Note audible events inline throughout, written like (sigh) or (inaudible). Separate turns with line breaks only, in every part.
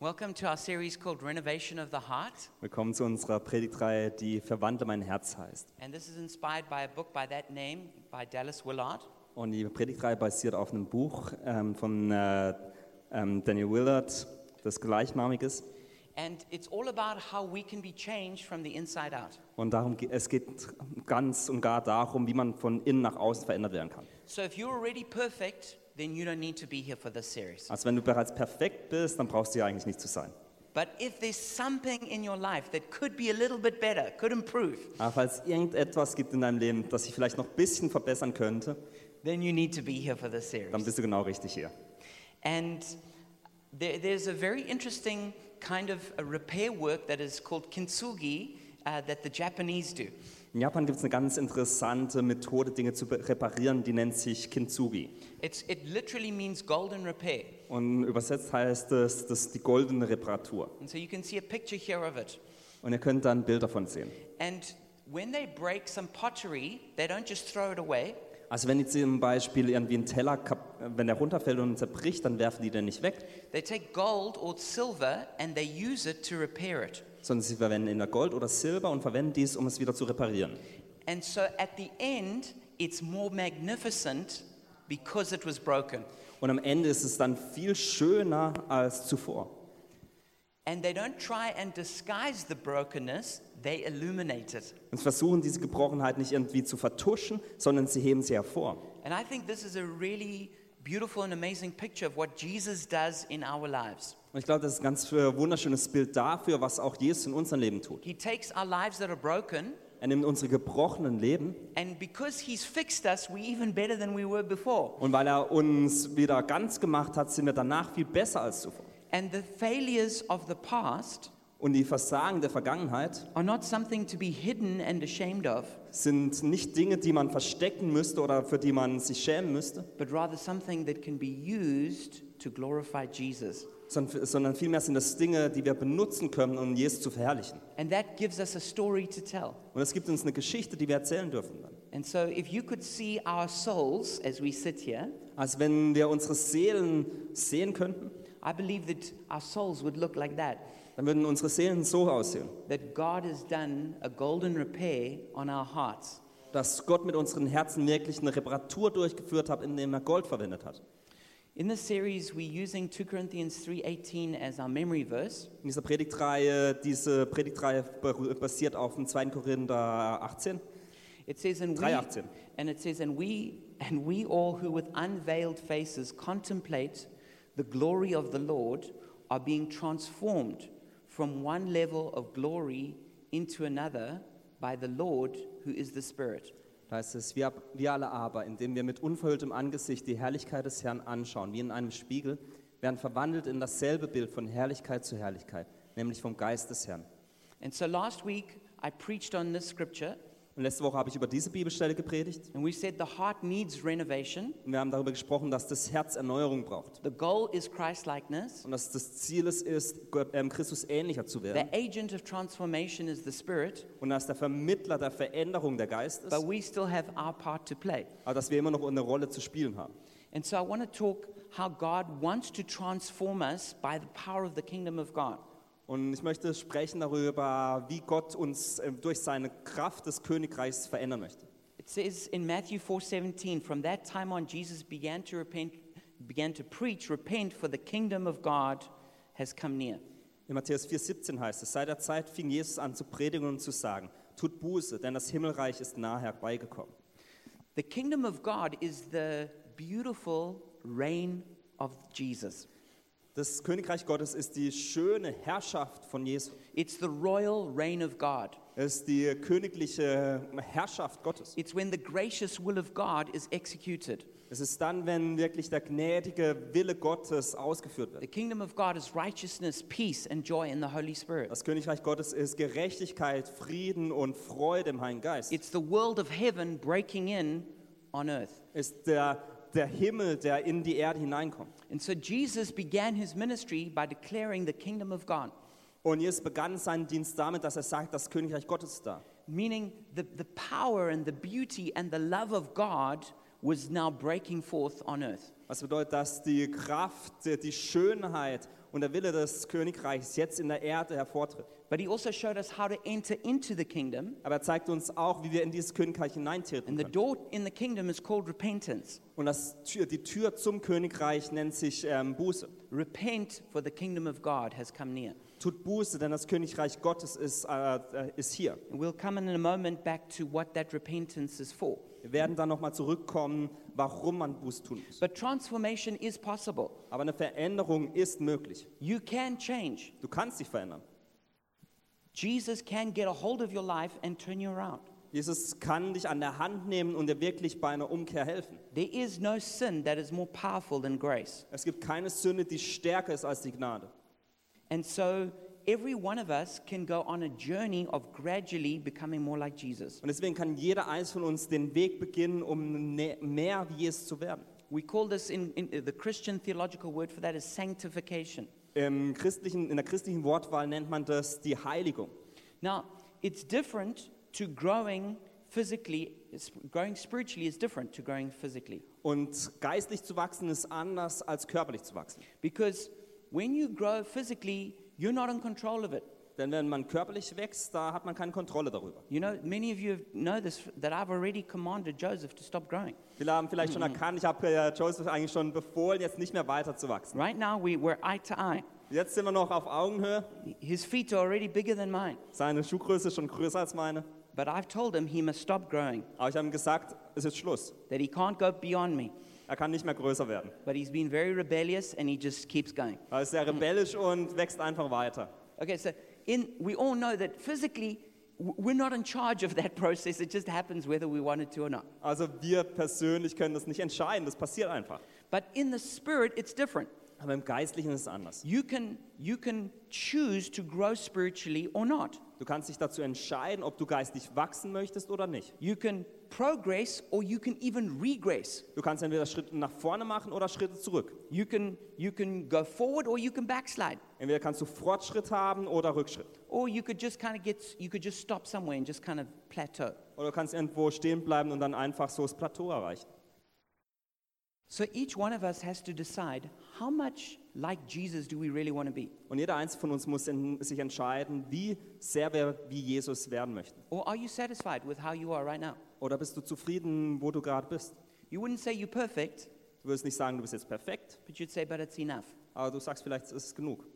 Welcome to our series called Renovation of the Heart.
Willkommen zu unserer Predigtreihe, die Verwandle mein Herz heißt.
And this is inspired by a book by that name by Dallas Willard.
Und die Predigtreihe basiert auf einem Buch ähm, von äh, ähm, Daniel Willard, das gleichnamig ist.
And it's all about how we can be changed from the inside out.
Und darum, ge- es geht ganz und gar darum, wie man von innen nach außen verändert werden kann.
So if you're already perfect, then you don't need to be here for this series.
Also wenn du bereits perfekt bist, dann brauchst du ja eigentlich nicht zu sein.
But if there's something in your life that could be a little bit better, could improve,
Aber falls irgendetwas gibt in deinem Leben, das sich vielleicht noch ein bisschen verbessern könnte,
then you need to be here for this
dann
series.
bist du genau richtig hier.
And there, there's a very interesting kind of a repair work that is called kintsugi uh, that the Japanese do.
In Japan gibt es eine ganz interessante Methode, Dinge zu be- reparieren, die nennt sich Kintsugi.
It's, it literally means golden repair.
Und übersetzt heißt es, das ist die goldene Reparatur.
And so you can see a picture here of it.
Und ihr könnt dann Bilder von sehen.
And when they break some pottery, they don't just throw it away.
Also wenn die zum Beispiel irgendwie einen Teller, kap- wenn der runterfällt und zerbricht, dann werfen die den nicht weg,
They take gold or silver and they use it to repair it.
sondern sie verwenden entweder Gold oder Silber und verwenden dies, um es wieder zu reparieren.
And so at the end, it's more magnificent because it was broken.
Und am Ende ist es dann viel schöner als zuvor.
And they don't try and disguise the brokenness, they illuminate it.
Und sie versuchen diese Gebrochenheit nicht irgendwie zu vertuschen, sondern sie heben sie hervor.
And I think this is a really beautiful and amazing picture of what Jesus does in our lives.
Und ich glaube, das ist ein ganz äh, wunderschönes Bild dafür, was auch Jesus in unserem Leben tut.
He takes our lives that are broken,
Er nimmt unsere gebrochenen Leben
and because He's fixed us, we're even better than we were before.
und weil er uns wieder ganz gemacht hat, sind wir danach viel besser als zuvor.
And the failures of the past
Und die Versagen der Vergangenheit
are not something to be hidden and ashamed of,
sind nicht Dinge, die man verstecken müsste oder für die man sich schämen müsste,
but rather something that can be used to glorify Jesus.
sondern sondern vielmehr sind das Dinge, die wir benutzen können, um Jesus zu verherrlichen.
And that gives us a story to tell.
Und es gibt uns eine Geschichte, die wir erzählen dürfen dann.
And so, if you could see our souls as we sit here,
Als wenn wir unsere Seelen sehen könnten,
I believe that our souls would look like that.
dann würden unsere Seelen so aussehen,
That God has done a golden repair on our hearts.
dass Gott mit unseren Herzen wirklich eine Reparatur durchgeführt hat, indem er Gold verwendet hat.
In this series, we're using 2 Corinthians 3:18 as our memory verse,
In dieser Predigtreihe, diese Predigtreihe beru- basiert auf dem 2. Korinther 18.
It says, and we,
3:18.
and it says, and we, and we all who with unveiled faces contemplate the glory of the Lord are being transformed from one level of glory into another by the Lord who is the Spirit.
Da heißt es, wir, wir alle aber, indem wir mit unverhülltem Angesicht die Herrlichkeit des Herrn anschauen, wie in einem Spiegel, werden verwandelt in dasselbe Bild von Herrlichkeit zu Herrlichkeit, nämlich vom Geist des Herrn.
And so last week I preached on this scripture,
Und letzte Woche habe ich über diese Bibelstelle gepredigt
and we said the heart needs renovation.
und wir haben darüber gesprochen, dass das Herz Erneuerung braucht
The goal is Christ likeness.
und dass das Ziel es ist, Gott- ähm, Christus ähnlicher zu werden
The agent of transformation is the Spirit,
und dass der Vermittler der Veränderung der Geist ist,
but we still have our part to play.
aber dass wir immer noch eine Rolle zu spielen haben.
And so I want to talk how God wants to transform us by the power of the kingdom of God.
Und ich möchte sprechen darüber, wie Gott uns ähm, durch seine Kraft des Königreichs verändern möchte.
It says in Matthew 4:17, from that time on Jesus began to repent began to preach repent for the kingdom of God has come near.
In Matthäus 4,17 heißt es: Seit der Zeit fing Jesus an zu predigen und zu sagen: Tut Buße, denn das Himmelreich ist nahe herbeigekommen.
The kingdom of God is the beautiful reign of Jesus.
Das Königreich Gottes ist die schöne Herrschaft von Jesus.
It's the royal reign of God.
Es ist die königliche Herrschaft Gottes.
It's when the gracious will of God is executed.
Es ist dann, wenn wirklich der gnädige Wille Gottes ausgeführt
The
wird.
kingdom of God is righteousness, peace, and joy in the Holy Spirit.
Das Königreich Gottes ist Gerechtigkeit, Frieden und Freude im Heiligen Geist.
It's the world of heaven breaking in on earth.
ist der, der Himmel, der in die Erde hineinkommt.
And so Jesus began his ministry by declaring the kingdom of God,
Und Jesus begann seinen Dienst damit, dass er sagt, das Königreich Gottes ist da.
meaning the, the power and the beauty and the love of God was now breaking forth on earth.
Was bedeutet, dass die Kraft, die Schönheit und der Wille des Königreichs jetzt in der Erde hervortritt.
But he also showed us how to enter into the kingdom.
Aber er zeigt uns auch, wie wir in dieses Königreich hineintreten
And the
können.
door in the kingdom is called repentance.
Und das Tür, die Tür zum Königreich nennt sich ähm, Buße.
Repent, for the kingdom of God has come near.
Tut Buße, denn das Königreich Gottes ist, äh, äh, ist hier.
And we'll come in a moment back to what that repentance is for.
Wir werden dann nochmal zurückkommen, warum man Buße tun muss.
But transformation is possible.
Aber eine Veränderung ist möglich.
You can change.
Du kannst dich verändern.
Jesus can get a hold of your life and turn you around.
Jesus kann dich an der Hand nehmen und dir wirklich bei einer Umkehr helfen.
There is no sin that is more powerful than grace.
Es gibt keine Sünde, die stärker ist als die Gnade.
And so every one of us can go on a journey of gradually becoming more like Jesus.
Und deswegen kann jeder eins von uns den Weg beginnen, um nä- mehr wie Jesus zu werden.
We call this, in, in the Christian theological word for that is sanctification.
Im christlichen, in der christlichen Wortwahl nennt man das die Heiligung.
Now, it's different to growing physically, it's- growing spiritually is different to growing physically.
Und geistlich zu wachsen ist anders als körperlich zu wachsen.
Because when you grow physically, you're not in control of it.
Denn wenn man körperlich wächst, da hat man keine Kontrolle darüber.
You know, many of you have- know this that I've already commanded Joseph to stop growing.
Viele haben vielleicht schon erkannt, ich habe äh, Joseph eigentlich schon befohlen, jetzt nicht mehr weiter zu wachsen.
Right now, we, we're eye to eye.
Jetzt sind wir noch auf Augenhöhe.
His feet are already bigger than mine,
Seine Schuhgröße ist schon größer als meine.
but I've told him he must stop growing,
Aber ich habe ihm gesagt, es ist Schluss.
that he can't go beyond me.
Er kann nicht mehr größer werden.
But he's been very rebellious and he just keeps going.
Er ist sehr rebellisch und wächst einfach weiter.
Okay, so in, we all know that physically, w- we're not in charge of that (laughs) process. It just happens whether we want it to or not.
Also wir persönlich können das nicht entscheiden, das passiert einfach.
But in the spirit, it's different.
Aber im Geistlichen ist es anders.
You can, you can choose to grow spiritually or not.
Du kannst dich dazu entscheiden, ob du geistlich wachsen möchtest oder nicht.
You can progress or you can even regress.
Du kannst entweder Schritte nach vorne machen oder Schritte zurück.
You can, you can go forward or you can backslide.
Entweder kannst du Fortschritt haben oder Rückschritt.
Or you could just kind of get, you could just stop somewhere and just kind of plateau.
Oder du kannst irgendwo stehen bleiben und dann einfach so das Plateau erreichen.
So each one of us has to decide how much like Jesus do we really want to be?
Und jeder einzelne von uns muss in, sich entscheiden, wie sehr wir wie Jesus werden möchten.
Or are you satisfied with how you are right now?
Oder bist du zufrieden, wo du gerade bist?
You wouldn't say you're perfect,
Du würdest nicht sagen, du bist jetzt perfekt,
but you'd say, but it's enough.
aber du sagst vielleicht, es ist genug.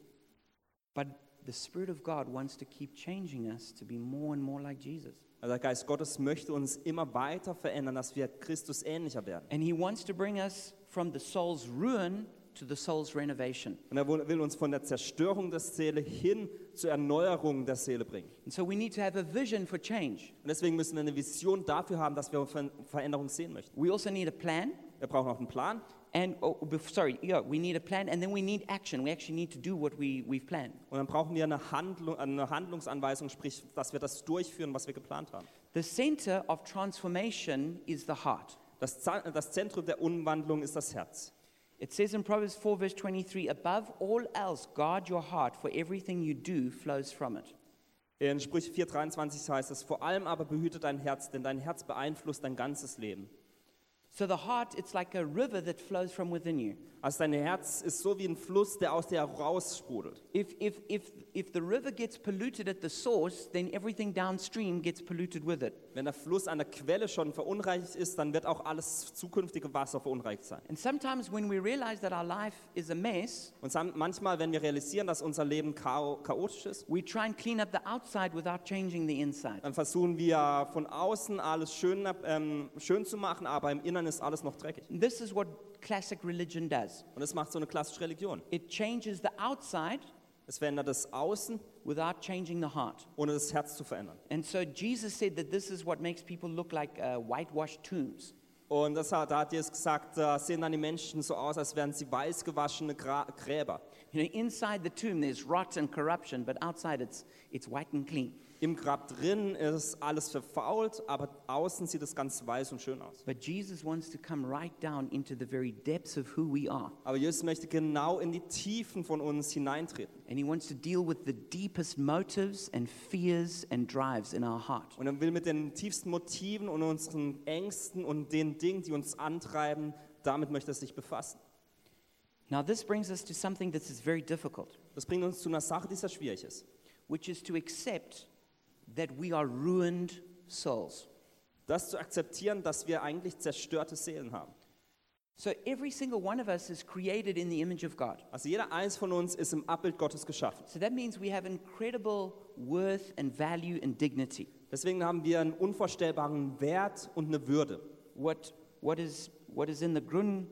But the Spirit of God wants to keep changing us to be more and more like Jesus.
Also der Geist Gottes möchte uns immer weiter verändern, dass wir Christus ähnlicher werden.
And He wants to bring us from the soul's ruin to the soul's renovation.
Und er will uns von der Zerstörung der Seele hin zur Erneuerung der Seele bringen.
And so we need to have a vision for change.
Und deswegen müssen wir eine Vision dafür haben, dass wir Ver- Veränderung sehen möchten.
We also need a plan.
Wir brauchen auch einen Plan.
And, oh, bef- sorry, yeah, we need a plan and then we need action. We actually need to do what we, we've planned.
Und dann brauchen wir eine, Handlung, eine Handlungsanweisung, sprich, dass wir das durchführen, was wir geplant haben.
The center of transformation is the heart.
Das, Za- das Zentrum der Umwandlung ist das Herz.
It says in Proverbs 4, verse 23, above all else, guard your heart, for everything you do flows from it.
In Sprüche 4,23 heißt es, vor allem aber behüte dein Herz, denn dein Herz beeinflusst dein ganzes Leben.
So the heart, it's like a river that flows from within you.
Also dein Herz ist so wie ein Fluss, der aus dir heraussprudelt.
If, if, if, if the river gets polluted at the source, then everything downstream gets polluted with it.
Wenn der Fluss an der Quelle schon verunreinigt ist, dann wird auch alles zukünftige Wasser verunreinigt sein.
And sometimes when we realize that our life is a mess,
Und sam- manchmal, wenn wir realisieren, dass unser Leben chao- chaotisch ist,
we try and clean up the outside without changing the inside.
dann versuchen wir von außen alles schön, ähm, schön zu machen, aber im Inneren ist alles noch dreckig.
And This is what classic religion does
Und das macht so eine klassische Religion.
it changes the outside
Es verändert das Außen,
without changing the heart.
ohne das Herz zu verändern.
And so Jesus said that this is what makes people look like uh, whitewashed tombs.
Und das hat, da hat Jesus gesagt, da sehen dann die Menschen so aus, als wären sie weiß gewaschene Gra Gräber.
You know, inside the tomb there's rot and corruption, but outside it's, it's white and clean.
Im Grab drin ist alles verfault, aber außen sieht es ganz weiß und schön aus.
But Jesus wants to come right down into the very depths of who we are.
Aber Jesus möchte genau in die Tiefen von uns hineintreten.
And he wants to deal with the deepest motives and fears and drives in our heart.
Und er will mit den tiefsten Motiven und unseren Ängsten und den Dingen, die uns antreiben, damit möchte er sich befassen.
Now, this brings us to something that is very difficult,
Das bringt uns zu einer Sache, die sehr schwierig ist.
which is to accept that we are ruined souls.
Das zu akzeptieren, dass wir eigentlich zerstörte Seelen haben.
So, every single one of us is created in the image of God.
Also jeder eins von uns ist im Abbild Gottes geschaffen.
So, that means we have incredible worth and value and dignity.
Deswegen haben wir einen unvorstellbaren Wert und eine Würde.
What, what, is, what is in the Grund,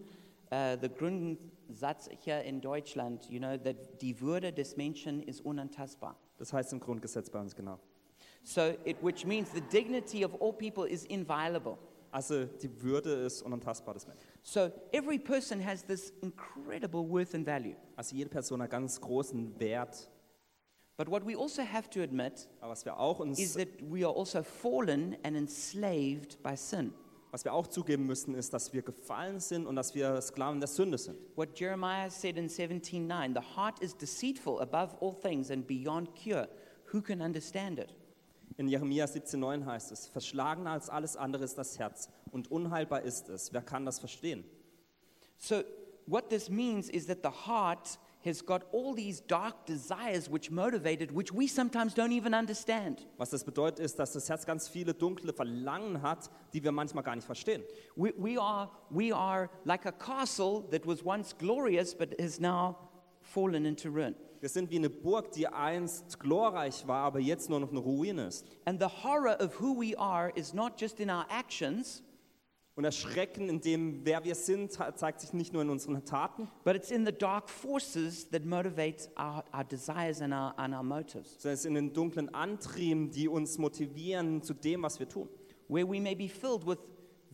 uh, the Grundsatz hier in Deutschland, you know, that die Würde des Menschen ist unantastbar.
Das heißt im Grundgesetz bei uns genau.
So, it, which means the dignity of all people is inviolable.
Also die Würde ist unantastbar des Menschen.
So, every person has this incredible worth and value.
Also jede Person hat ganz großen Wert.
But what we also have to admit
Aber was wir auch,
is
uns,
that we are also fallen and enslaved by sin.
was wir auch zugeben müssen, ist, dass wir gefallen sind und dass wir Sklaven der Sünde sind.
What Jeremiah said in 17:9, the heart is deceitful above all things and beyond cure. Who can understand it?
In Jeremia 17,9 heißt es: Verschlagener als alles andere ist das Herz und unheilbar ist es. Wer kann das verstehen?
So what this means is that the heart has got all these dark desires which motivate it, which we sometimes don't even understand.
Was das bedeutet, ist, dass das Herz ganz viele dunkle Verlangen hat, die wir manchmal gar nicht verstehen.
We, we, are, we are like a castle that was once glorious but has now fallen into ruin.
Wir sind wie eine Burg, die einst glorreich war, aber jetzt nur noch eine Ruine ist.
And the horror of who we are is not just in our actions,
Und das Schrecken in dem, wer wir sind, ta- zeigt sich nicht nur in unseren Taten,
but it's in the dark forces that motivate our, our desires and our, and our motives.
sondern es ist in den dunklen Antrieben, die uns motivieren zu dem, was wir tun.
where we may be filled with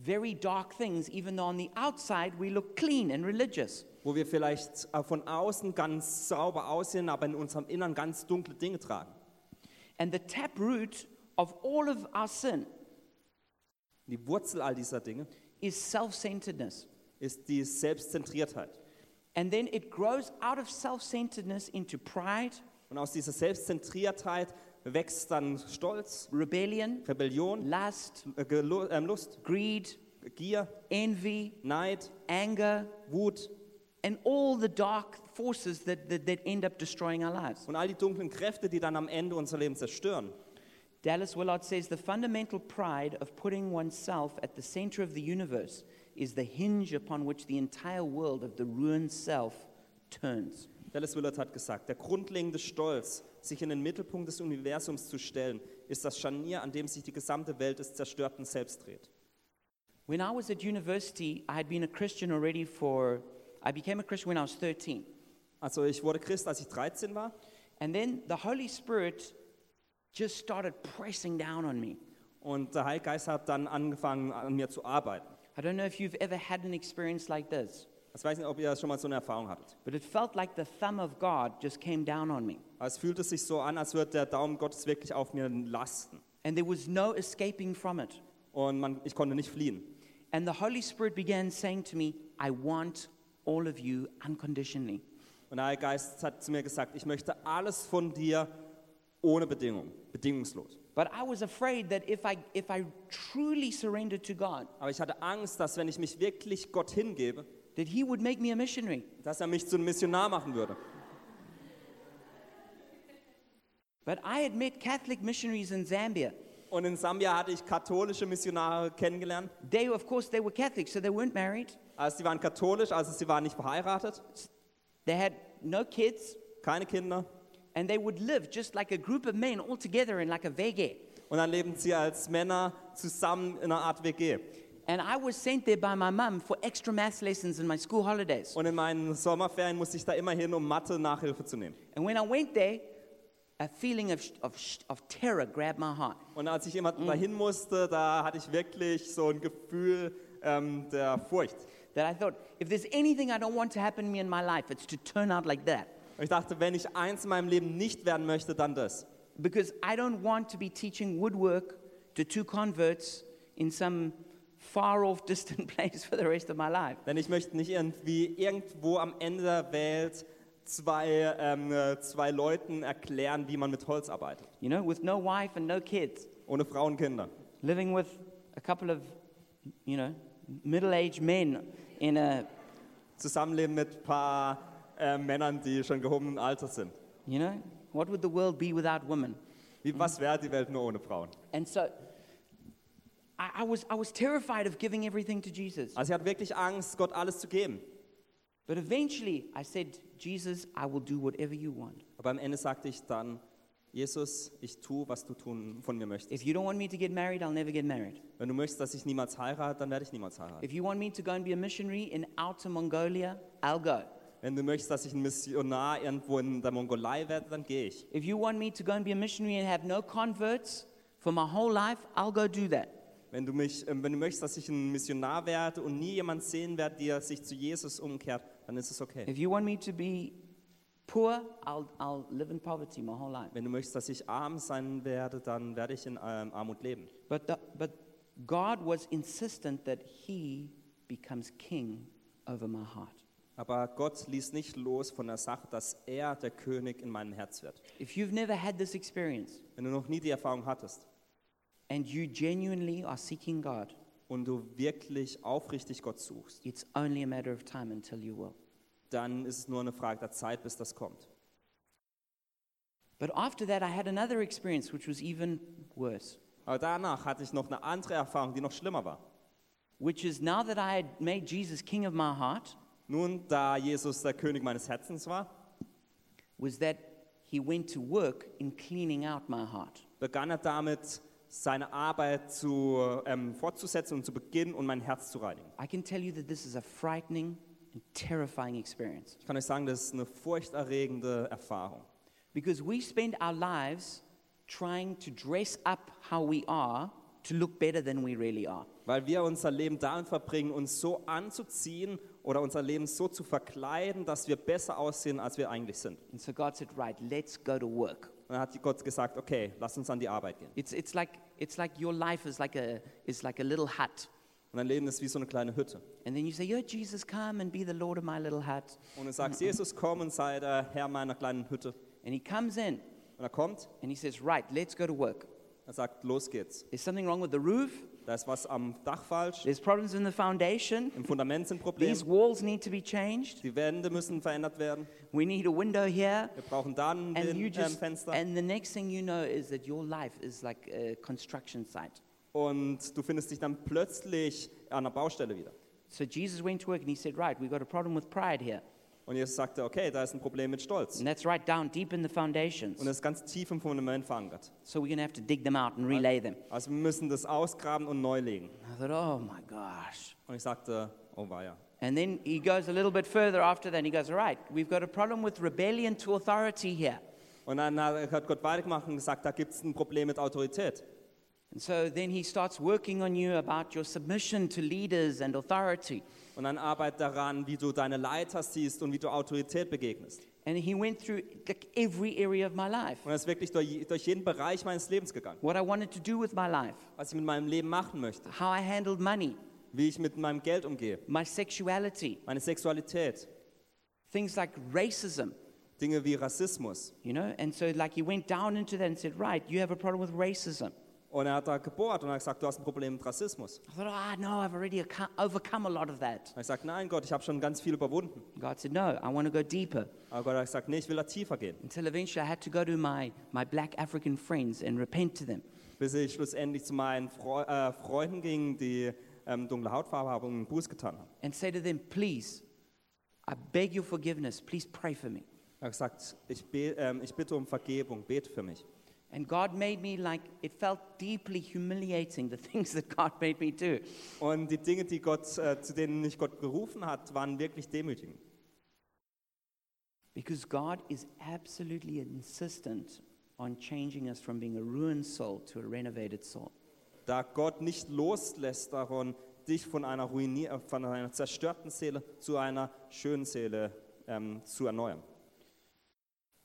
very dark things, even though on the outside we look clean and religious.
Wo wir vielleicht äh, von außen ganz sauber aussehen, aber in unserem Innern ganz dunkle Dinge tragen.
And the taproot of all of our sin
Die Wurzel all dieser Dinge
is self centeredness.
ist die Selbstzentriertheit.
And then it grows out of self centeredness into pride,
Und aus dieser Selbstzentriertheit wächst dann Stolz,
rebellion,
Rebellion,
lust,
äh, Gelu- äh, Lust,
greed,
Gier,
envy,
Neid,
anger,
Wut
and all the dark forces that, that, that end up destroying our lives.
und all die dunklen Kräfte, die dann am Ende unser Leben zerstören.
Dallas Willard says the fundamental pride of putting oneself at the center of the universe is the hinge upon which the entire world of the ruined self turns.
Dallas Willard hat gesagt, der grundlegende Stolz, sich in den Mittelpunkt des Universums zu stellen, ist das Scharnier, an dem sich die gesamte Welt des zerstörten Selbst dreht.
When I was at university, I had been a Christian already for, I became a Christian when I was 13.
Also ich wurde Christ, als ich 13 war
And then the Holy Spirit just started pressing down on me.
und der Heilgeist hat dann angefangen, an mir zu arbeiten.
I don't know if you've ever had an experience like this,
Ich weiß nicht, ob ihr schon mal so eine Erfahrung hattet.
but it felt like the thumb of God just came down on me.
Aber es fühlte sich so an, als würde der Daumen Gottes wirklich auf mir lasten.
And there was no escaping from it.
Und man, ich konnte nicht fliehen.
And the Holy Spirit began saying to me, I want all of you unconditionally.
Und der Heilgeist hat zu mir gesagt, ich möchte alles von dir ohne Bedingung, bedingungslos.
But I was afraid that if I, if I truly surrendered to God,
Aber ich hatte Angst, dass wenn ich mich wirklich Gott hingebe,
that He would make me a missionary.
dass er mich zu einem Missionar machen würde.
But I had met Catholic missionaries in Zambia.
Und in Sambia hatte ich katholische Missionare kennengelernt.
They, of course, they were Catholic, so they weren't married.
Also sie waren katholisch, also sie waren nicht verheiratet,
They had no kids,
keine Kinder.
and they would live just like a group of men all together in like a vege.
Und dann leben sie als Männer zusammen in einer Art WG.
And I was sent there by my mum for extra math lessons in my school holidays.
Und in meinen Sommerferien musste ich da immer hin, um Mathe Nachhilfe zu nehmen.
And when I went there, a feeling of, of, of terror grabbed my heart.
Und als ich immer dahin musste, da hatte ich wirklich so ein Gefühl ähm, der Furcht.
that I thought, if there's anything I don't want to happen to me in my life, it's to turn out like that.
Und ich dachte, wenn ich eins in meinem Leben nicht werden möchte, dann das.
Because I don't want to be teaching woodwork to two converts in some far off, (laughs) distant place for the rest of my life.
Denn ich möchte nicht irgendwie irgendwo am Ende der Welt zwei, ähm, äh, zwei Leuten erklären, wie man mit Holz arbeitet.
You know, with no wife and no kids,
Ohne Frau und Kinder.
living with a couple of, you know, middle aged men in a
Zusammenleben mit ein paar äh, Männern, die schon gehobenen Alters sind.
You know, what would the world be without women?
Wie, was wäre die Welt nur ohne Frauen?
And so I, I, was, I was terrified of giving everything to Jesus.
Also ich hatte wirklich Angst, Gott alles zu geben.
But eventually I said, Jesus, I will do whatever you want.
Aber am Ende sagte ich dann, Jesus, ich tue, was du tun, von mir möchtest.
If you don't want me to get married, I'll never get married.
Wenn du möchtest, dass ich niemals heirate, dann werde ich niemals heiraten.
If you want me to go and be a missionary in outer Mongolia, I'll go.
Wenn du möchtest, dass ich ein Missionar irgendwo in der Mongolei werde, dann gehe ich.
If you want me to go and be a missionary and have no converts for my whole life, I'll go do that.
Wenn du, mich, ähm, wenn du möchtest, dass ich ein Missionar werde und nie jemand sehen werde, der sich zu Jesus umkehrt, dann ist es okay.
If you want me to be poor, I'll, I'll live in poverty my whole life.
Wenn du möchtest, dass ich arm sein werde, dann werde ich in ähm, Armut leben.
But, the, but God was insistent that He becomes king over my heart.
Aber Gott ließ nicht los von der Sache, dass er der König in meinem Herz wird.
If you've never had this experience
Wenn du noch nie die Erfahrung hattest
and you genuinely are seeking God,
und du wirklich aufrichtig Gott suchst,
it's only a matter of time until you will.
dann ist es nur eine Frage der Zeit, bis das kommt.
But after that, I had another experience which was even worse,
Aber danach hatte ich noch eine andere Erfahrung, die noch schlimmer war.
which is now that I had made Jesus king of my heart,
Nun, da Jesus der König meines Herzens war,
was that He went to work in cleaning out my heart.
begann er damit, seine Arbeit zu, ähm, fortzusetzen und zu beginnen und mein Herz zu reinigen.
I can tell you that this is a frightening and terrifying experience
Ich kann euch sagen, das ist eine furchterregende Erfahrung.
because we spend our lives trying to dress up how we are to look better than we really are.
Weil wir unser Leben darin verbringen, uns so anzuziehen oder unser Leben so zu verkleiden, dass wir besser aussehen, als wir eigentlich sind.
And so God said, Right, let's go to work.
Und dann hat Gott gesagt, okay, lass uns an die Arbeit gehen.
It's, it's, like, it's like your life is like, a, is like a little hut.
Und dein Leben ist wie so eine kleine Hütte.
And then you say, Yeah, Jesus, come and be the Lord of my little hut.
Und du sagst, Jesus, komm und sei der Herr meiner kleinen Hütte.
And he comes in
Und er kommt,
and he says, Right, let's go to work.
er sagt, los geht's.
There's something wrong with the roof.
Da ist was am Dach falsch,
There's problems in the foundation.
im Fundament sind
These
Probleme,
walls need to be changed.
die Wände müssen verändert werden,
We need a window here.
wir brauchen da ein
And you
Wind, ähm,
just
Fenster.
and the next thing you know is that your life is like a construction site.
Und du findest dich dann plötzlich an der Baustelle wieder.
So Jesus went to work and he said, Right, we've got a problem with pride here.
Und Jesus sagte, okay, da ist ein Problem mit Stolz.
And that's right down deep in the foundations.
Und das ist ganz tief im Fundament verankert.
So we're gonna have to dig them out and relay them.
Also wir müssen das ausgraben und neu legen.
I thought, oh my gosh.
Und ich sagte, oh weia.
And then he goes a little bit further after that and he goes, All right, we've got a problem with rebellion to authority here.
Und dann hat hat Gott weitergemacht und gesagt, da gibt es ein Problem mit Autorität.
And so then he starts working on you about your submission to leaders and authority.
Und dann arbeit daran, wie du deine Leiter siehst und wie du Autorität begegnest.
And he went through like every area of my life.
Und das ist wirklich durch, durch jeden Bereich meines Lebens gegangen.
What I wanted to do with my life,
Was ich mit meinem Leben machen möchte,
how I handled money,
wie ich mit meinem Geld umgehe,
my sexuality,
meine Sexualität,
things like racism,
Dinge wie Rassismus.
you know? And so, like, he went down into that and said, Right, you have a problem with racism.
Und er hat da gebohrt und hat gesagt, du hast ein Problem mit Rassismus.
I thought, Ah, no, I've already aco- overcome a lot of that.
Und ich sagte, nein Gott, ich habe schon ganz viel überwunden.
God said, No, I want to go deeper.
Aber Gott hat gesagt, nee, ich will da tiefer gehen.
Until eventually, I had to go to my, my black African friends and repent to them.
bis ich schlussendlich zu meinen Freu äh, Freunden ging, die ähm, dunkle Hautfarbe haben und einen Buß getan haben.
and say to them, Please, I beg your forgiveness. Please pray for me.
Er hat gesagt, ich, be ähm, ich bitte um Vergebung, bete für mich.
And God made me like, it felt deeply humiliating, the (laughs) things that God made me do.
Und die Dinge, die Gott, äh, zu denen mich Gott gerufen hat, waren wirklich demütigend.
Because God is absolutely insistent on changing us from being a ruined soul to a renovated soul.
Da Gott nicht loslässt davon, dich von einer, ruinier äh, von einer zerstörten Seele zu einer schönen Seele ähm, zu erneuern.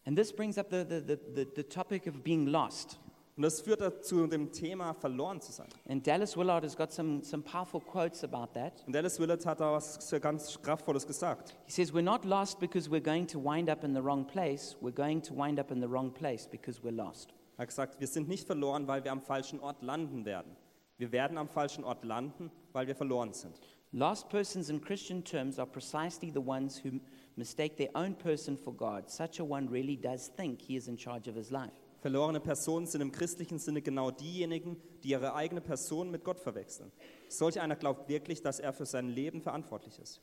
And this brings up the, the, the, the, the topic of being lost.
Und das führt dazu, dem Thema verloren zu sein.
And Dallas Willard has got some, some powerful quotes about that.
Und Dallas Willard hat da was ganz Kraftvolles gesagt.
He says, We're not lost because we're going to wind up in the wrong place. We're going to wind up in the wrong place because we're lost.
Er hat gesagt, wir sind nicht verloren, weil wir am falschen Ort landen werden. Wir werden am falschen Ort landen, weil wir verloren sind.
Last persons in Christian terms are precisely the ones who mistake their own person for God. Such a one really does think he is in charge of his life.
Verlorene Personen sind im christlichen Sinne genau diejenigen, die ihre eigene Person mit Gott verwechseln. Solch einer glaubt wirklich, dass er für sein Leben verantwortlich ist.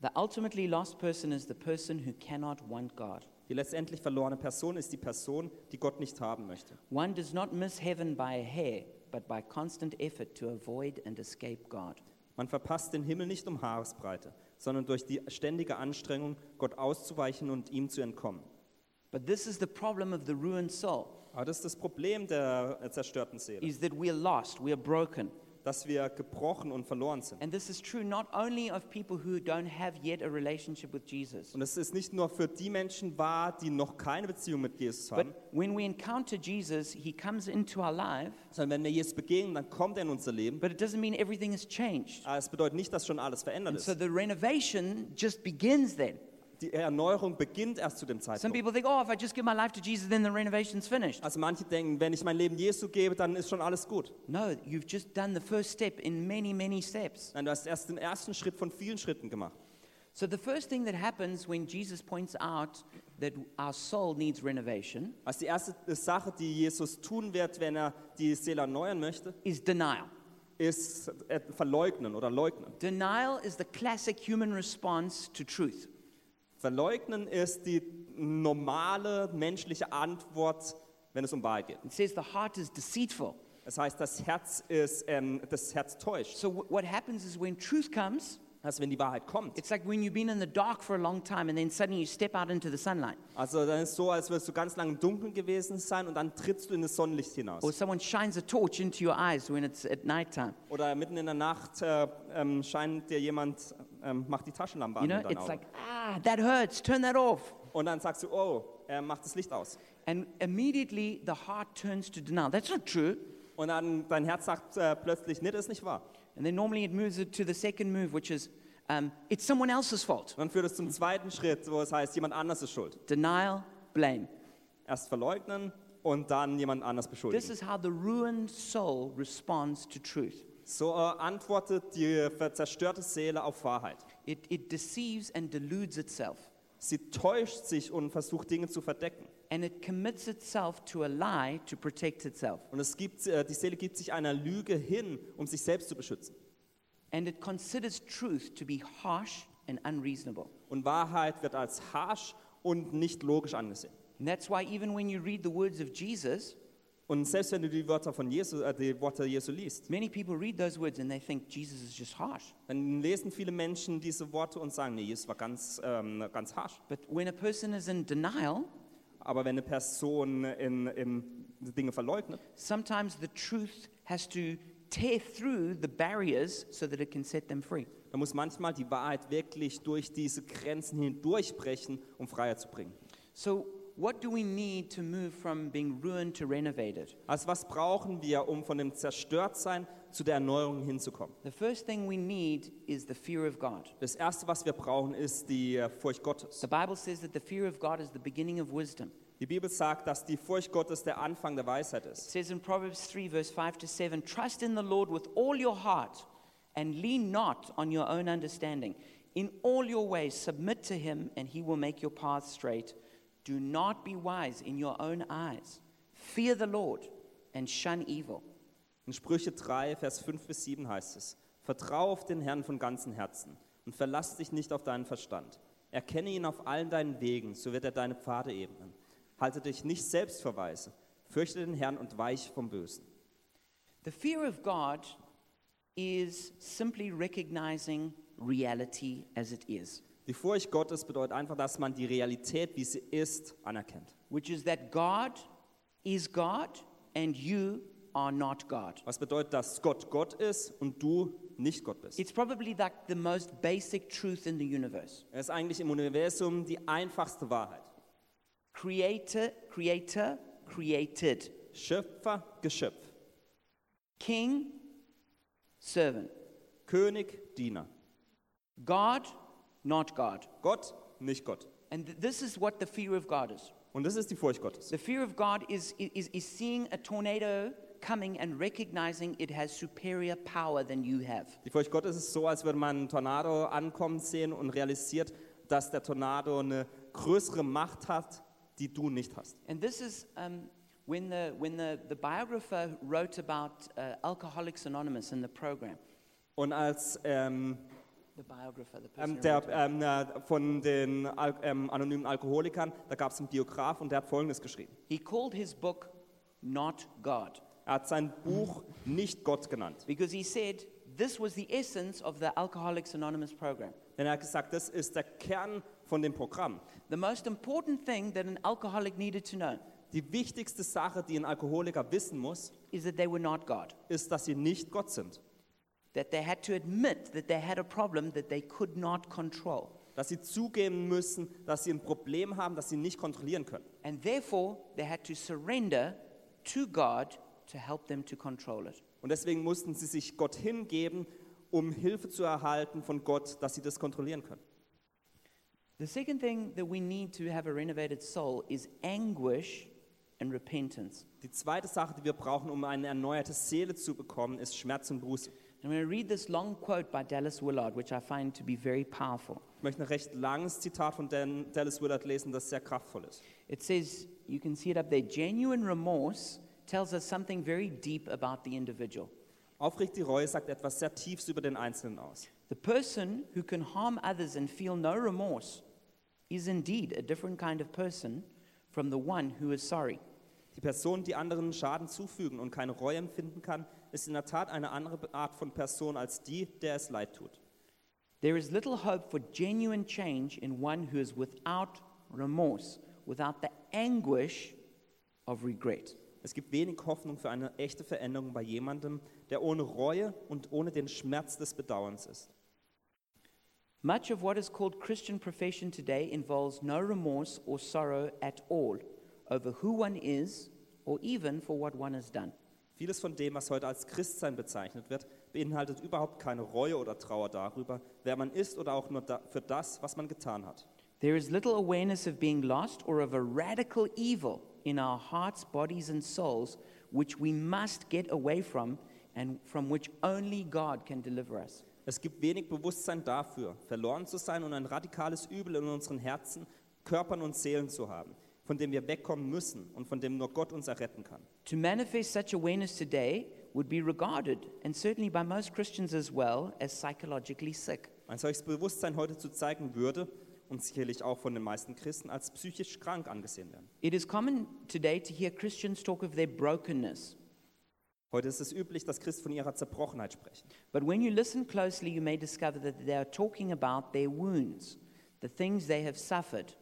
The ultimately lost person is the person who cannot want God.
Die letztendlich verlorene Person ist die Person, die Gott nicht haben möchte.
One does not miss heaven by a hair, but by constant effort to avoid and escape God.
Man verpasst den Himmel nicht um Haaresbreite, sondern durch die ständige Anstrengung, Gott auszuweichen und ihm zu entkommen.
But this is the problem of the ruined soul
Aber das ist das Problem der äh, zerstörten Seele,
is that we are lost, we are broken.
dass wir gebrochen und verloren sind.
And this is true not only of people who don't have yet a relationship with Jesus,
Und es ist nicht nur für die Menschen wahr, die noch keine Beziehung mit Jesus haben,
but when we encounter Jesus, he comes into our life,
sondern wenn wir Jesus begegnen, dann kommt er in unser Leben.
but it doesn't mean everything has changed.
Aber es bedeutet nicht, dass schon alles verändert
And so
ist.
the renovation just begins then.
Die Erneuerung beginnt erst zu dem
Some
Zeitpunkt.
people think, oh, if I just give my life to Jesus, then the renovation's finished.
Also manche denken, wenn ich mein Leben Jesu gebe, dann ist schon alles gut.
No, you've just done the first step in many, many steps.
Nein, du hast erst den ersten Schritt von vielen Schritten gemacht.
So the first thing that happens when Jesus points out that our soul needs renovation
Also die erste Sache, die Jesus tun wird, wenn er die Seele erneuern möchte,
is denial.
ist äh, verleugnen oder leugnen.
Denial is the classic human response to truth.
Verleugnen ist die normale menschliche Antwort, wenn es um Wahrheit geht.
It says the heart is deceitful.
Das heißt, das Herz ist, ähm, das Herz täuscht.
So wh- what happens is when truth comes,
Also wenn die Wahrheit kommt.
it's like when you've been in the dark for a long time and then suddenly you step out into the sunlight
Also dann ist es so, als würdest du ganz lange im Dunkeln gewesen sein und dann trittst du in das Sonnenlicht hinaus.
or someone shines a torch into your eyes when it's at nighttime.
Oder mitten in der Nacht äh, ähm, scheint dir jemand, ähm, macht die Taschenlampe
You
an
know,
in deinen
it's
Augen.
like, ah, that hurts, turn that off.
und dann sagst du, oh, er macht das Licht aus.
And immediately the heart turns to denial. That's not true.
Und dann dein Herz sagt äh, plötzlich, nee, das ist nicht wahr.
And then normally it moves it to the second move, which is um, it's someone else's fault.
Und dann führt es zum zweiten Schritt, wo es heißt, jemand anders ist schuld.
Denial, blame.
Erst verleugnen und dann jemand anders beschuldigen.
This is how the ruined soul responds to truth.
so äh, antwortet die ver- zerstörte Seele auf Wahrheit.
It, it deceives and deludes itself.
Sie täuscht sich und versucht Dinge zu verdecken.
and it commits itself to a lie to protect itself.
Und es gibt, äh, die Seele gibt sich einer Lüge hin, um sich selbst zu beschützen.
And it considers truth to be harsh and unreasonable.
Und Wahrheit wird als harsch und nicht logisch angesehen.
And that's why, even when you read the words of Jesus,
Und selbst wenn du die Wörter von Jesu, äh, die Worte Jesu liest,
many people read those words and they think Jesus is just harsh.
dann lesen viele Menschen diese Worte und sagen, nee, Jesus war ganz, ähm, ganz harsch.
But when a person is in denial,
Aber wenn eine Person in, in Dinge verleugnet,
sometimes the truth has to tear through the barriers so that it can set them free.
dann muss manchmal die Wahrheit wirklich durch diese Grenzen hindurchbrechen, um Freiheit zu bringen.
So, what do we need to move from being ruined to renovated?
Also was brauchen wir, um von dem Zerstörtsein zu der Erneuerung hinzukommen?
The first thing we need is the fear of God.
Das Erste, was wir brauchen, ist die äh, Furcht Gottes.
The Bible says that the fear of God is the beginning of wisdom.
Die Bibel sagt, dass die Furcht Gottes der Anfang der Weisheit
It
ist.
says in Proverbs 3, verse 5 to 7 Trust in the Lord with all your heart and lean not on your own understanding. In all your ways, submit to him, and he will make your path straight. Do not be wise in your own eyes. Fear the Lord and shun evil.
In Sprüche 3, Vers 5 bis 7 heißt es, Vertrau auf den Herrn von ganzem Herzen und verlass dich nicht auf deinen Verstand. Erkenne ihn auf allen deinen Wegen, so wird er deine Pfade ebnen. Halte dich nicht selbst für weise. Fürchte den Herrn und weiche vom Bösen.
The fear of God is simply recognizing reality as it is,
Die Furcht Gottes bedeutet einfach, dass man die Realität, wie sie ist, anerkennt.
which is that God is God and you are not God.
Was bedeutet, dass Gott Gott ist und du nicht Gott bist.
It's probably like the most basic truth in the universe.
Es ist eigentlich im Universum die einfachste Wahrheit.
Creator, creator, created.
Schöpfer, Geschöpf.
King, servant.
König, Diener.
God, not God.
Gott, nicht Gott.
And th- this is what the fear of God is.
Und das ist die Furcht Gottes.
The fear of God is, is, is seeing a tornado coming and recognizing it has superior power than you have.
Die Furcht Gottes ist so, als würde man einen Tornado ankommen sehen und realisiert, dass der Tornado eine größere Macht hat, die du nicht hast.
And this is um, when, the, when the, the biographer wrote about uh, Alcoholics Anonymous in the program.
Und als ähm,
The biographer, the person.
ähm,
who
der,
wrote it.
ähm, äh, von den Al ähm, anonymen Alkoholikern, da gab es einen Biograf und der hat Folgendes geschrieben.
he called his book Not God
Er hat sein Buch nicht Gott genannt.
because he said this was the essence of the Alcoholics Anonymous program.
Denn er hat gesagt, das ist der Kern von dem Programm.
The most important thing that an alcoholic needed to know
Die wichtigste Sache, die ein Alkoholiker wissen muss,
is that they were not God,
ist, dass sie nicht Gott sind.
that they had to admit that they had a problem that they could not control.
Dass sie zugeben müssen, dass sie ein Problem haben, das sie nicht kontrollieren können.
And therefore, they had to surrender to God to help them to control it.
Und deswegen mussten sie sich Gott hingeben, um Hilfe zu erhalten von Gott, dass sie das kontrollieren können.
The second thing that we need to have a renovated soul is anguish and repentance.
Die zweite Sache, die wir brauchen, um eine erneuerte Seele zu bekommen, ist Schmerz und Buße.
I'm going to read this long quote by Dallas Willard, which I find to be very powerful.
Ich möchte ein recht langes Zitat von Dan Dallas Willard lesen, das sehr kraftvoll ist.
It says, you can see it up there genuine remorse tells us something very deep about the individual.
Aufrichtige Reue sagt etwas sehr Tiefes über den Einzelnen aus.
The person who can harm others and feel no remorse is indeed a different kind of person from the one who is sorry.
Die Person, die anderen Schaden zufügen und keine Reue empfinden kann, ist in der Tat eine andere Art von Person als die, der es leid tut.
There is little hope for genuine change in one who is without remorse, without the anguish of regret.
Es gibt wenig Hoffnung für eine echte Veränderung bei jemandem, der ohne Reue und ohne den Schmerz des Bedauerns ist.
Much of what is called Christian profession today involves no remorse or sorrow at all over who one is or even for what one has done.
Vieles von dem, was heute als Christsein bezeichnet wird, beinhaltet überhaupt keine Reue oder Trauer darüber, wer man ist oder auch nur da für das, was man getan hat.
There is little awareness of being lost or of a radical evil in our hearts, bodies, and souls, which we must get away from and from which only God can deliver us.
Es gibt wenig Bewusstsein dafür, verloren zu sein und ein radikales Übel in unseren Herzen, Körpern und Seelen zu haben, von dem wir wegkommen müssen und von dem nur Gott uns erretten kann.
To manifest such awareness today would be regarded, and certainly by most Christians as well, as psychologically sick.
Ein solches Bewusstsein heute zu zeigen würde, und sicherlich auch von den meisten Christen, als psychisch krank angesehen werden.
It is common today to hear Christians talk of their brokenness.
Heute ist es üblich, dass Christen von ihrer Zerbrochenheit sprechen.
But when you listen closely, you may discover that they are talking about their wounds, the things they have suffered,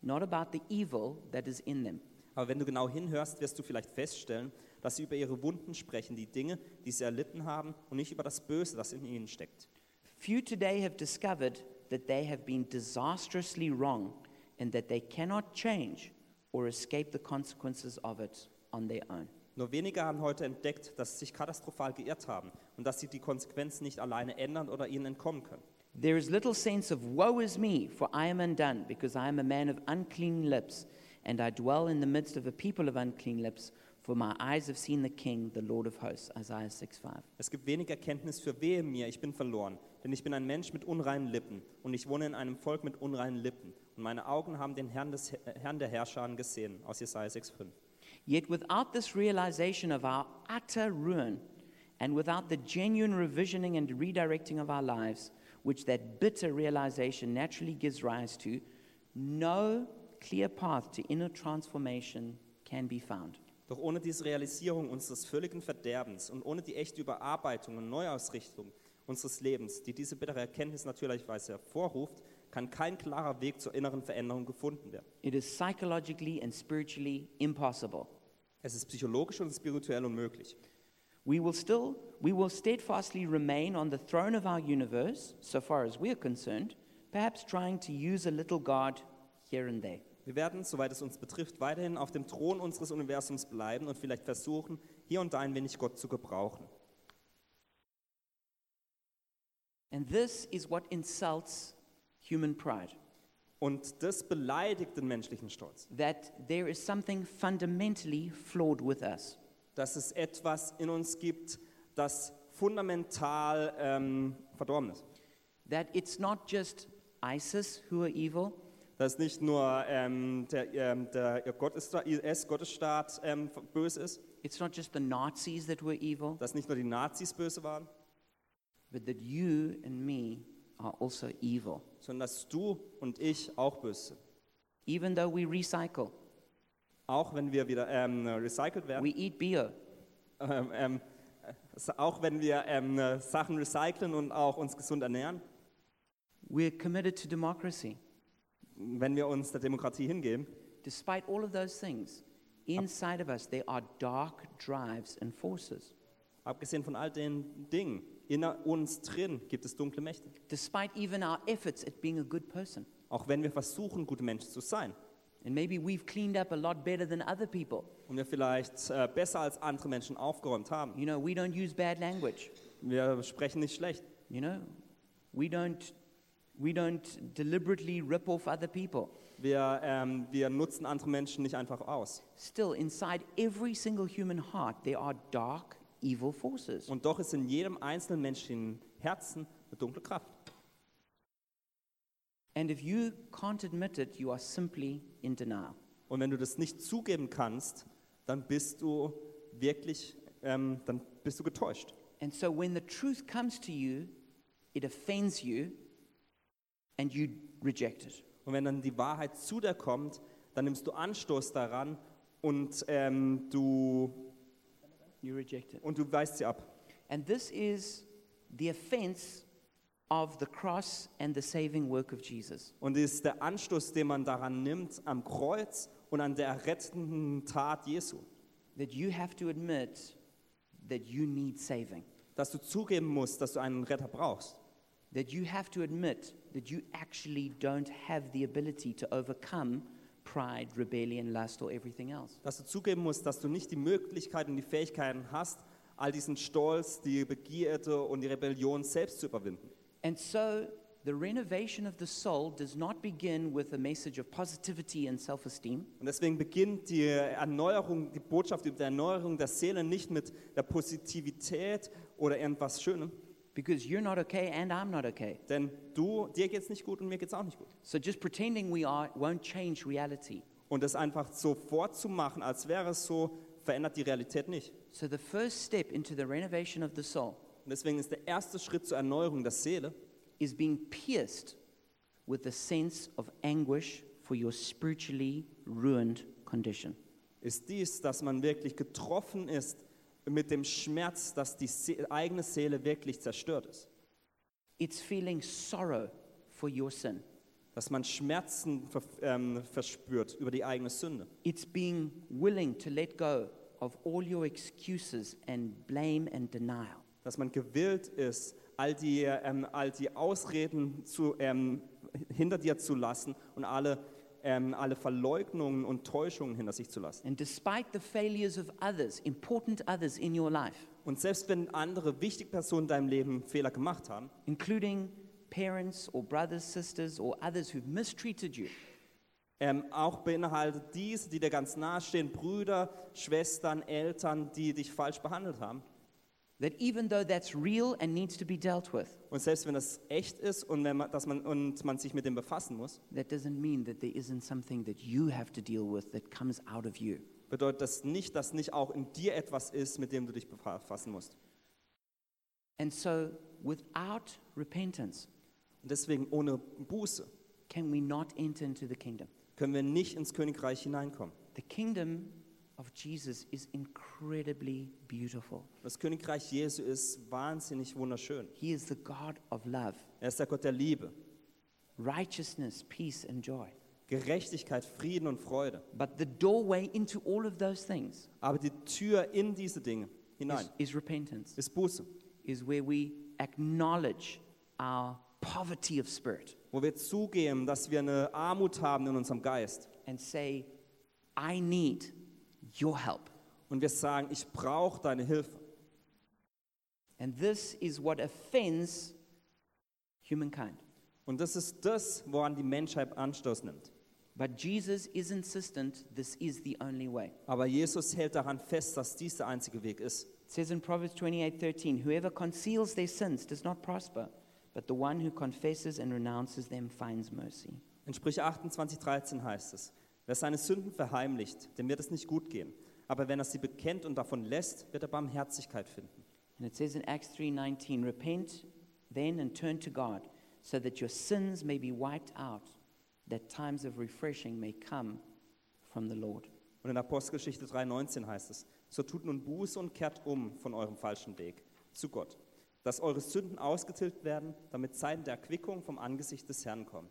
not about the evil that is in them.
Aber wenn du genau hinhörst, wirst du vielleicht feststellen, dass sie über ihre Wunden sprechen, die Dinge, die sie erlitten haben, und nicht über das Böse, das in ihnen steckt.
Few today have discovered that they have been disastrously wrong and that they cannot change or escape the consequences of it on their own.
Nur wenige haben heute entdeckt, dass sie sich katastrophal geirrt haben und dass sie die Konsequenzen nicht alleine ändern oder ihnen entkommen können.
There is little sense of woe is me, for I am undone, because I am a man of unclean lips, and I dwell in the midst of a people of unclean lips, for my eyes have seen the King, the Lord of hosts. Isaiah 6 5.
Es gibt wenig Erkenntnis für wehe mir, ich bin verloren, denn ich bin ein Mensch mit unreinen Lippen und ich wohne in einem Volk mit unreinen Lippen. Und meine Augen haben den Herrn, des, äh, Herrn der Herrscher gesehen, aus Jesaja 6,5.
Yet without this realization of our utter ruin, and without the genuine revisioning and redirecting of our lives, which that bitter realization naturally gives rise to, no clear path to inner transformation can be found.
Doch ohne diese Realisierung unseres völligen Verderbens und ohne die echte Überarbeitung und Neuausrichtung unseres Lebens, die diese bittere Erkenntnis natürlicherweise hervorruft, kann kein klarer Weg zur inneren Veränderung gefunden werden.
It is psychologically and spiritually impossible.
Es ist psychologisch und spirituell unmöglich.
We will still, we will steadfastly remain on the throne of our universe, so far as we are concerned, perhaps trying to use a little God here and there.
Wir werden, soweit es uns betrifft, weiterhin auf dem Thron unseres Universums bleiben und vielleicht versuchen, hier und da ein wenig Gott zu gebrauchen.
And this is what insults human pride
Und das beleidigt den menschlichen Stolz,
that there is something fundamentally flawed with us.
dass es etwas in uns gibt, das fundamental ähm, verdorben ist.
That it's not just ISIS who are evil,
Dass nicht nur ähm, der, ähm, der Gottessta- IS-Gottesstaat ähm, böse ist,
it's not just the Nazis that were evil,
dass nicht nur die Nazis böse waren,
but that you and me are also evil,
sondern dass du und ich auch böse sind.
even though we recycle,
Auch wenn wir wieder ähm, recycelt werden,
we eat bio,
(laughs) ähm, ähm, äh, auch wenn wir ähm, äh, Sachen recyceln und auch uns gesund ernähren,
we're committed to democracy.
wenn wir uns der Demokratie hingeben,
Despite all of those things, inside of us there are dark drives and forces.
abgesehen von all den Dingen, in uns drin gibt es dunkle Mächte.
Despite even our efforts at being a good person.
Auch wenn wir versuchen, gute Menschen zu sein
And maybe we've cleaned up a lot better than other people.
und wir vielleicht äh, besser als andere Menschen aufgeräumt haben.
You know, we don't use bad language.
Wir sprechen nicht schlecht.
You know, we don't, we don't deliberately rip off other people.
Wir, ähm, wir nutzen andere Menschen nicht einfach aus.
Still, inside every single human heart, there are dark, evil forces.
Und doch ist in jedem einzelnen Menschen im Herzen eine dunkle Kraft.
And if you can't admit it, you are simply in denial.
Und wenn du das nicht zugeben kannst, dann bist du wirklich, ähm, dann bist du getäuscht.
And so when the truth comes to you, it offends you and you reject it.
Und wenn dann die Wahrheit zu dir kommt, dann nimmst du Anstoß daran und, ähm, du,
You reject it.
und du weist sie ab.
And this is the offense of the cross and the saving work of Jesus.
Und es ist der Anstoß, den man daran nimmt am Kreuz und an der errettenden Tat Jesu.
That you have to admit that you need saving,
Dass du zugeben musst, dass du einen Retter brauchst.
that you have to admit that you actually don't have the ability to overcome pride, rebellion, lust, or everything else.
Dass du zugeben musst, dass du nicht die Möglichkeiten und die Fähigkeiten hast, all diesen Stolz, die Begierde und die Rebellion selbst zu überwinden.
And so the renovation of the soul does not begin with a message of positivity and self esteem.
Und deswegen beginnt die Erneuerung, die Botschaft über die Erneuerung der Seele nicht mit der Positivität oder irgendwas Schönem,
Because you're not okay and I'm not okay.
denn du, dir geht's nicht gut und mir geht's auch nicht gut.
So just pretending we are won't change reality.
Und das einfach so vorzumachen, als wäre es so, verändert die Realität nicht.
So the first step into the renovation of the soul
Und deswegen ist der erste Schritt zur Erneuerung der Seele,
is being pierced with a sense of anguish for your spiritually ruined condition.
ist dies, dass man wirklich getroffen ist mit dem Schmerz, dass die Se eigene Seele wirklich zerstört ist.
It's feeling sorrow for your sin.
Dass man Schmerzen ver ähm, verspürt über die eigene Sünde.
It's being willing to let go of all your excuses and blame and denial.
dass man gewillt ist, all die, ähm, all die Ausreden zu, ähm, hinter dir zu lassen und alle, ähm, alle Verleugnungen und Täuschungen hinter sich zu lassen.
And despite the failures of others, important others in your life,
Und selbst wenn andere wichtige Personen in deinem Leben Fehler gemacht haben,
including parents or brothers, sisters, or others who've mistreated you,
ähm, auch beinhaltet diese, die dir ganz nahestehen, Brüder, Schwestern, Eltern, die dich falsch behandelt haben.
that even though that's real and needs to be dealt with,
Und selbst wenn das echt ist und, wenn man, dass man, und man sich mit dem befassen muss,
that doesn't mean that there isn't something that you have to deal with that comes out of you.
bedeutet das nicht, dass nicht auch in dir etwas ist, mit dem du dich befassen musst.
And so, without repentance,
Und deswegen ohne Buße
can we not enter into the kingdom?
können wir nicht ins Königreich hineinkommen.
The kingdom of Jesus is incredibly beautiful.
Das Königreich Jesu ist wahnsinnig wunderschön.
He is the God of love,
Er ist der Gott der Liebe,
righteousness, peace, and joy.
Gerechtigkeit, Frieden und Freude.
But the doorway into all of those things
Aber die Tür in diese Dinge hinein
is, is repentance,
ist Buße,
is where we acknowledge our poverty of spirit
wo wir zugeben, dass wir eine Armut haben in unserem Geist
and say, I need your help.
und wir sagen, ich brauche deine Hilfe.
And this is what offends humankind.
Und das ist das, woran die Menschheit Anstoß nimmt.
But Jesus is insistent this is the only way.
Aber Jesus hält daran fest, dass dies der einzige Weg ist.
It says in Proverbs 28:13, whoever conceals their sins does not prosper, but the one who confesses and renounces them finds mercy.
In Sprüche 28, 13 heißt es, wer seine Sünden verheimlicht, dem wird es nicht gut gehen. Aber wenn er sie bekennt und davon lässt, wird er Barmherzigkeit finden.
And it says in Acts 3:19, repent then and turn to God, so that your sins may be wiped out, that times of refreshing may come from the Lord.
Und in Apostelgeschichte 3,19 heißt es, so tut nun Buße und kehrt um von eurem falschen Weg zu Gott, dass eure Sünden ausgetilgt werden, damit Zeiten der Erquickung vom Angesicht des Herrn kommen.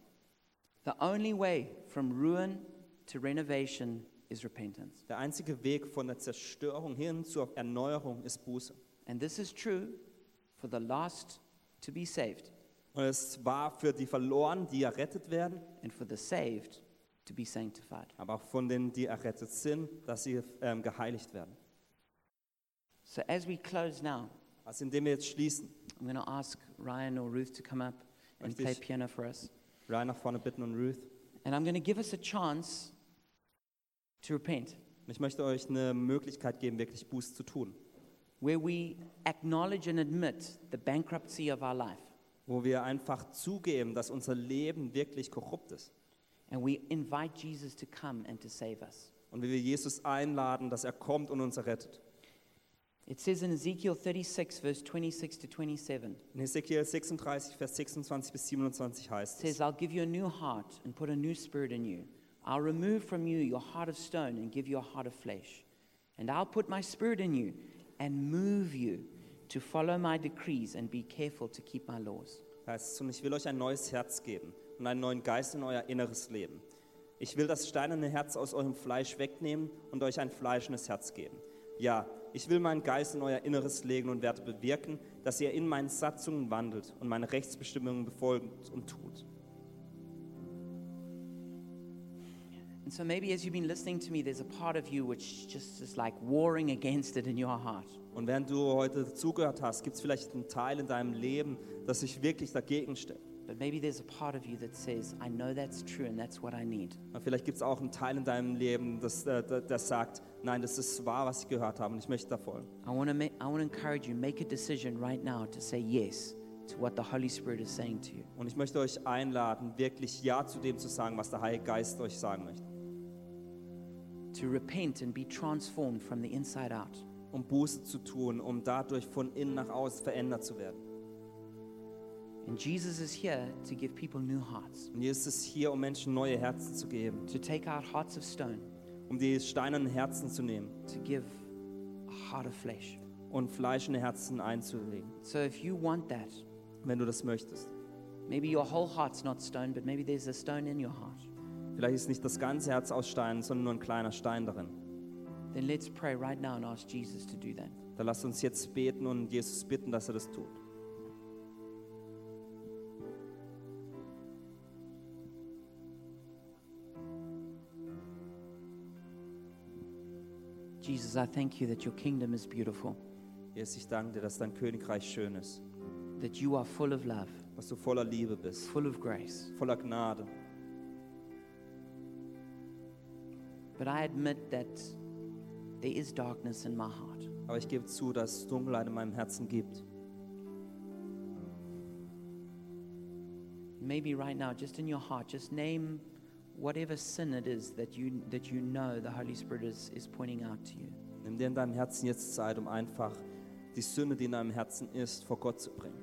The only way from ruin to renovation is repentance.
Der einzige Weg von der Zerstörung hin zur Erneuerung ist Buße.
And this is true for the lost to be saved
Und es war für die Verlorenen, die errettet werden,
and for the saved to be sanctified.
aber auch von denen, die errettet sind, dass sie ähm, geheiligt werden.
So as we close now,
Also indem wir jetzt schließen,
I'm going to ask Ryan or Ruth to come up and play
Richtig.
piano for us.
Ryan nach vorne bitten und Ruth.
And I'm going to give us a chance to repent,
Und ich möchte euch eine Möglichkeit geben, wirklich Buße zu tun,
where we acknowledge and admit the bankruptcy of our life.
wo wir einfach zugeben, dass unser Leben wirklich korrupt ist.
And we invite Jesus to come and to save us.
und wie wir Jesus einladen, dass er kommt und uns errettet.
It says in Ezekiel 36, verse 26 to 27,
In Hesekiel 36, Vers 26 bis 27
It
heißt es,
says, I'll give you a new heart and put a new spirit in you. I'll remove from you your heart of stone and give you a heart of flesh. And I'll put my spirit in you and move you to follow my decrees and be careful to keep my laws.
heißt es, und ich will euch ein neues Herz geben und einen neuen Geist in euer inneres Leben. Ich will das steinerne Herz aus eurem Fleisch wegnehmen und euch ein fleischendes Herz geben. Ja, ich will meinen Geist in euer Inneres legen und werde bewirken, dass ihr in meinen Satzungen wandelt und meine Rechtsbestimmungen befolgt und tut.
And so maybe as you've been listening to me, there's a part of you which just is like warring against it in your heart.
Und während du heute zugehört hast, gibt es vielleicht einen Teil in deinem Leben, das sich wirklich dagegen stellt.
But maybe there's a part of you that says, I know that's true and that's what I need.
Und vielleicht gibt es auch einen Teil in deinem Leben, das, äh, das, das sagt, nein, das ist wahr, was ich gehört habe und ich möchte da folgen.
I want to ma- I want to encourage you, make a decision right now to say yes to what the Holy Spirit is saying to you.
Und ich möchte euch einladen, wirklich Ja zu dem zu sagen, was der Heilige Geist euch sagen möchte.
to repent and be transformed from the inside out.
Um Buße zu tun, um dadurch von innen nach außen verändert zu werden.
And Jesus is here to give people new hearts,
Und Jesus ist hier, um Menschen neue Herzen zu geben,
to take out hearts of stone,
um die steinernen Herzen zu nehmen
to give a heart of flesh.
und fleischende Herzen einzulegen,
So if you want that,
wenn du das möchtest.
maybe your whole heart's not stone, but maybe there's a stone in your heart.
Vielleicht ist nicht das ganze Herz aus Stein, sondern nur ein kleiner Stein darin.
Then let's pray right now and ask Jesus to do that.
Dann lasst uns jetzt beten und Jesus bitten, dass er das tut.
Jesus, I thank you that your kingdom is beautiful,
Jesus, ich danke dir, dass dein Königreich schön ist,
that you are full of love,
dass du voller Liebe bist,
full of grace.
voller Gnade.
But I admit that there is darkness in my heart.
Aber ich gebe zu, dass es Dunkelheit in meinem Herzen gibt.
Maybe right now, just in your heart, just name whatever sin it is that you, that you know the Holy Spirit is, is pointing out to you.
Nimm dir in deinem Herzen jetzt Zeit, um einfach die Sünde, die in deinem Herzen ist, vor Gott zu bringen.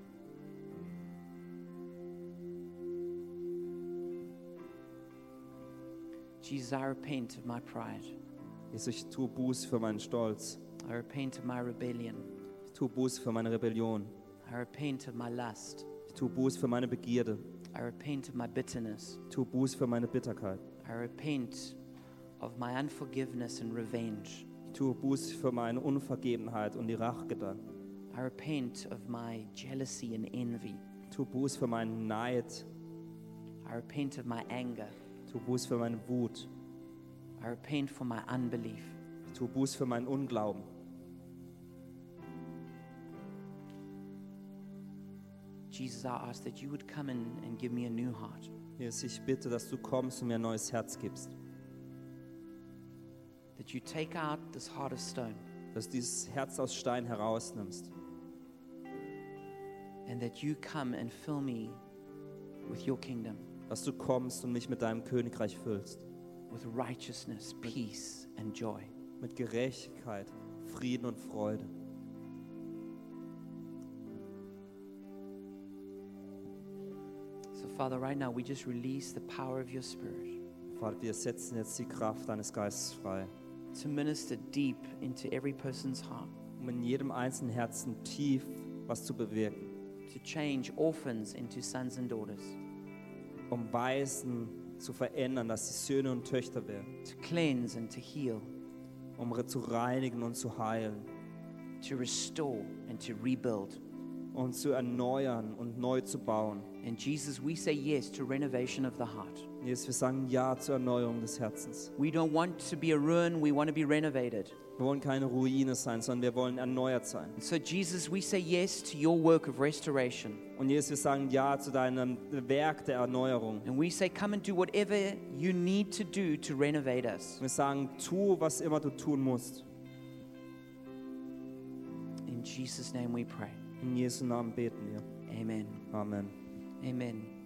Jesus, I repent of my pride.
Jesus, ich tue Buße für meinen Stolz.
I repent of my rebellion.
Ich tue Buße für meine Rebellion.
I repent of my lust.
Ich tue Buße für meine Begierde.
I repent of my bitterness.
Ich tue Buße für meine Bitterkeit.
I repent of my unforgiveness and revenge.
Ich tue Buße für meine Unvergebenheit und die Rachgedanken.
I repent of my jealousy and envy.
Ich tue Buße für meinen Neid.
I repent of my anger.
Ich tue Buße für meine Wut.
I repent for my unbelief.
Ich tue Buße für meinen Unglauben.
Jesus, I ask that you would come in and give me a new heart.
Jesus, ich bitte, dass du kommst und mir ein neues Herz gibst.
that you take out this heart of stone
Dass du dieses Herz aus Stein herausnimmst.
and that you come and fill me with your kingdom,
Dass du kommst und mich mit deinem Königreich füllst.
with righteousness, peace, and joy.
Mit Gerechtigkeit, Frieden und Freude.
So, Father, right now we just release the power of your Spirit
Vater, wir setzen jetzt die Kraft deines Geistes frei,
to minister deep into every person's heart,
um in jedem einzelnen Herzen tief was zu bewirken.
to change orphans into sons and daughters,
Um Weisen zu verändern, dass sie Söhne und Töchter werden.
to cleanse and to heal,
Um re- zu reinigen und zu heilen.
to restore and to rebuild.
Und zu erneuern und neu zu bauen.
And Jesus, we say yes to renovation of the heart.
Jesus, wir sagen Ja zur Erneuerung des Herzens.
We don't want to be a ruin, we want to be renovated.
Wir wollen keine Ruine sein, sondern wir wollen erneuert sein.
And so, Jesus, we say yes to your work of restoration.
Und Jesus, wir sagen Ja zu deinem Werk der Erneuerung.
And we say, Come and do whatever you need to do to renovate us.
Wir sagen, tu, was immer du tun musst.
In Jesus' name we pray.
In Jesu Namen beten wir.
Amen.
Amen.
Amen.